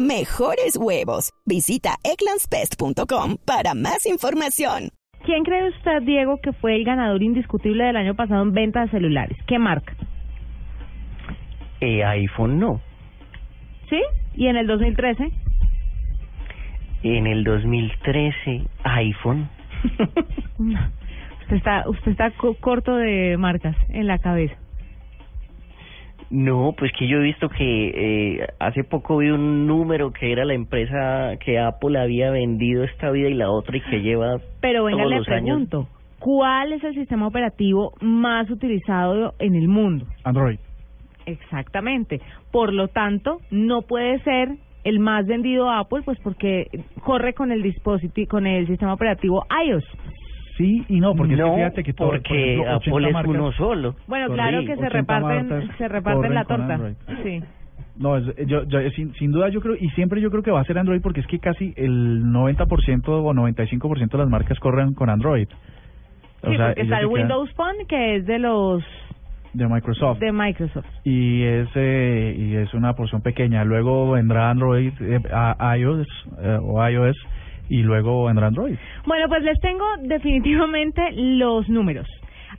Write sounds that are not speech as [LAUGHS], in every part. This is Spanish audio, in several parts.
Mejores huevos. Visita egglandsbest.com para más información. ¿Quién cree usted, Diego, que fue el ganador indiscutible del año pasado en venta de celulares? ¿Qué marca? Eh, iPhone no. ¿Sí? ¿Y en el 2013? En el 2013, iPhone. usted está, usted está co- corto de marcas en la cabeza. No, pues que yo he visto que eh, hace poco vi un número que era la empresa que Apple había vendido esta vida y la otra y que lleva Pero venga, todos le los años. pregunto, ¿cuál es el sistema operativo más utilizado en el mundo? Android. Exactamente. Por lo tanto, no puede ser el más vendido Apple, pues porque corre con el dispositivo, con el sistema operativo iOS. Sí y no, porque es que no, fíjate que todo, por porque ejemplo, 80 Apple es marcas- uno solo. Bueno, Corre- claro que se 80 reparten, marcas se reparten corren la con torta. Android. Sí. No, es- yo, yo- sin, sin duda yo creo, y siempre yo creo que va a ser Android porque es que casi el 90% o 95% de las marcas corren con Android. O Sí, porque sea, ellos está se el quedan Windows Phone que es de los de Microsoft. de Microsoft. y es eh, y es una porción pequeña luego vendrá Android eh, a- iOS eh, o iOS y luego vendrá Android Bueno, pues les tengo definitivamente los números.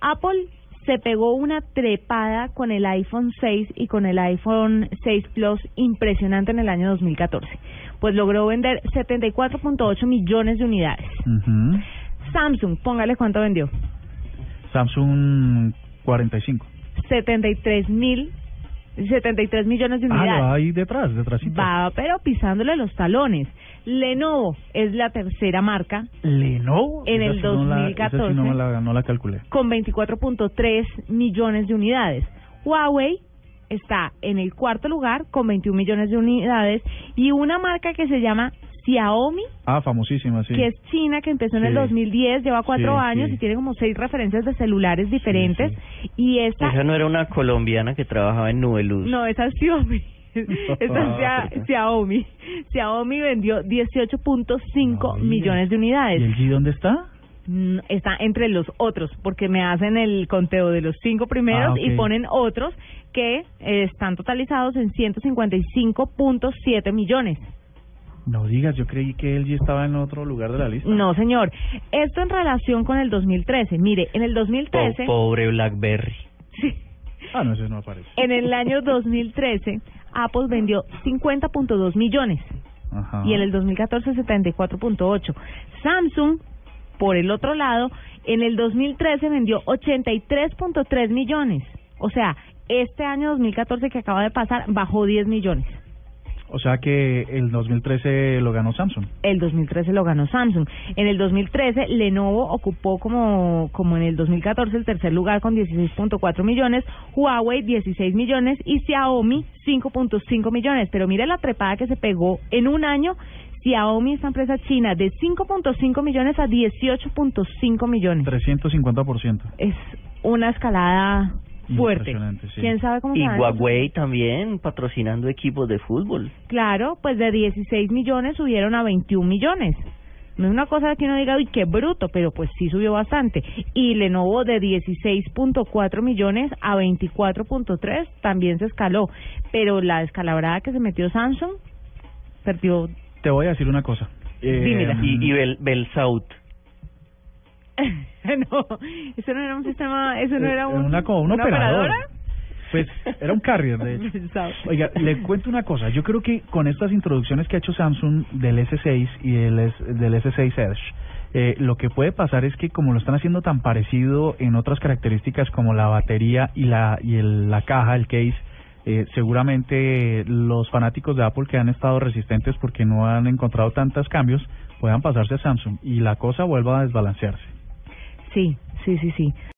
Apple se pegó una trepada con el iPhone 6 y con el iPhone 6 Plus impresionante en el año 2014. Pues logró vender 74.8 millones de unidades. Ujú. Samsung, póngale cuánto vendió. Samsung 45 73 mil, 73 millones de ah unidades. lo hay detrás detrás Va, pero pisándole los talones. Lenovo es la tercera marca Lenovo En Esa el sí no la- esa sí 2014. no, me la, no la calculé con 24.3 millones de unidades. Huawei está en el cuarto lugar con 21 millones de unidades y una marca que se llama Xiaomi, ah famosísima sí que es china, que empezó en el Sí. 2010, lleva cuatro Sí, años sí. y tiene como seis referencias de celulares diferentes. Y esta, Esa no era una colombiana que trabajaba en pues. Nubeluz. no, esa es [LAUGHS] Xiaomi. Esta es Ah, Xia- Xiaomi. Xiaomi vendió 18.5 No, y- millones de unidades. y el G dónde está Mm, está entre los otros, porque me hacen el conteo de los cinco primeros Ah, ok. y ponen otros que eh, están totalizados en 155.7 millones. no digas yo creí que el G estaba en otro lugar de la lista No, señor. Esto en relación con el 2013. Mire, en el Po- 2013, pobre BlackBerry. ah no ese no aparece en el año 2013, Apple vendió 50.2 millones. Ajá. y en el 2014 74.8. Samsung, por el otro lado, en el 2013 vendió 83.3 millones. O sea, este año 2014 que acaba de pasar bajó 10 millones. o sea que el 2013 lo ganó Samsung El 2013 lo ganó Samsung. En el 2013 Lenovo ocupó como como en el 2014 el tercer lugar con 16.4 millones, Huawei 16 millones y Xiaomi 5.5 millones. Pero mire la trepada que se pegó en un año. Xiaomi, esta empresa china, de 5.5 millones a 18.5 millones. 350% Es una escalada fuerte. Impresionante, sí. ¿Quién sabe cómo se Y van a- Huawei también patrocinando equipos de fútbol. Claro, pues de 16 millones subieron a 21 millones. No es una cosa que uno diga, uy, qué bruto, pero pues sí subió bastante. Y Lenovo de 16.4 millones a 24.3 también se escaló. Pero la descalabrada que se metió Samsung perdió. [LAUGHS] Te voy a decir una cosa. Eh, Dímela. Y, y Bel- Belsaut. no, eso no era un sistema, eso no Eh, era un, una co- una operadora. operadora. Pues era un carrier, [LAUGHS] de hecho. Oiga, le cuento una cosa. Yo creo que con estas introducciones que ha hecho Samsung del S6 y del, S- del S6 Edge, eh, lo que puede pasar es que como lo están haciendo tan parecido en otras características como la batería y la y el- la caja, el case, eh, seguramente los fanáticos de Apple que han estado resistentes porque no han encontrado tantos cambios puedan pasarse a Samsung y la cosa vuelva a desbalancearse. Sí, sí, sí, sí.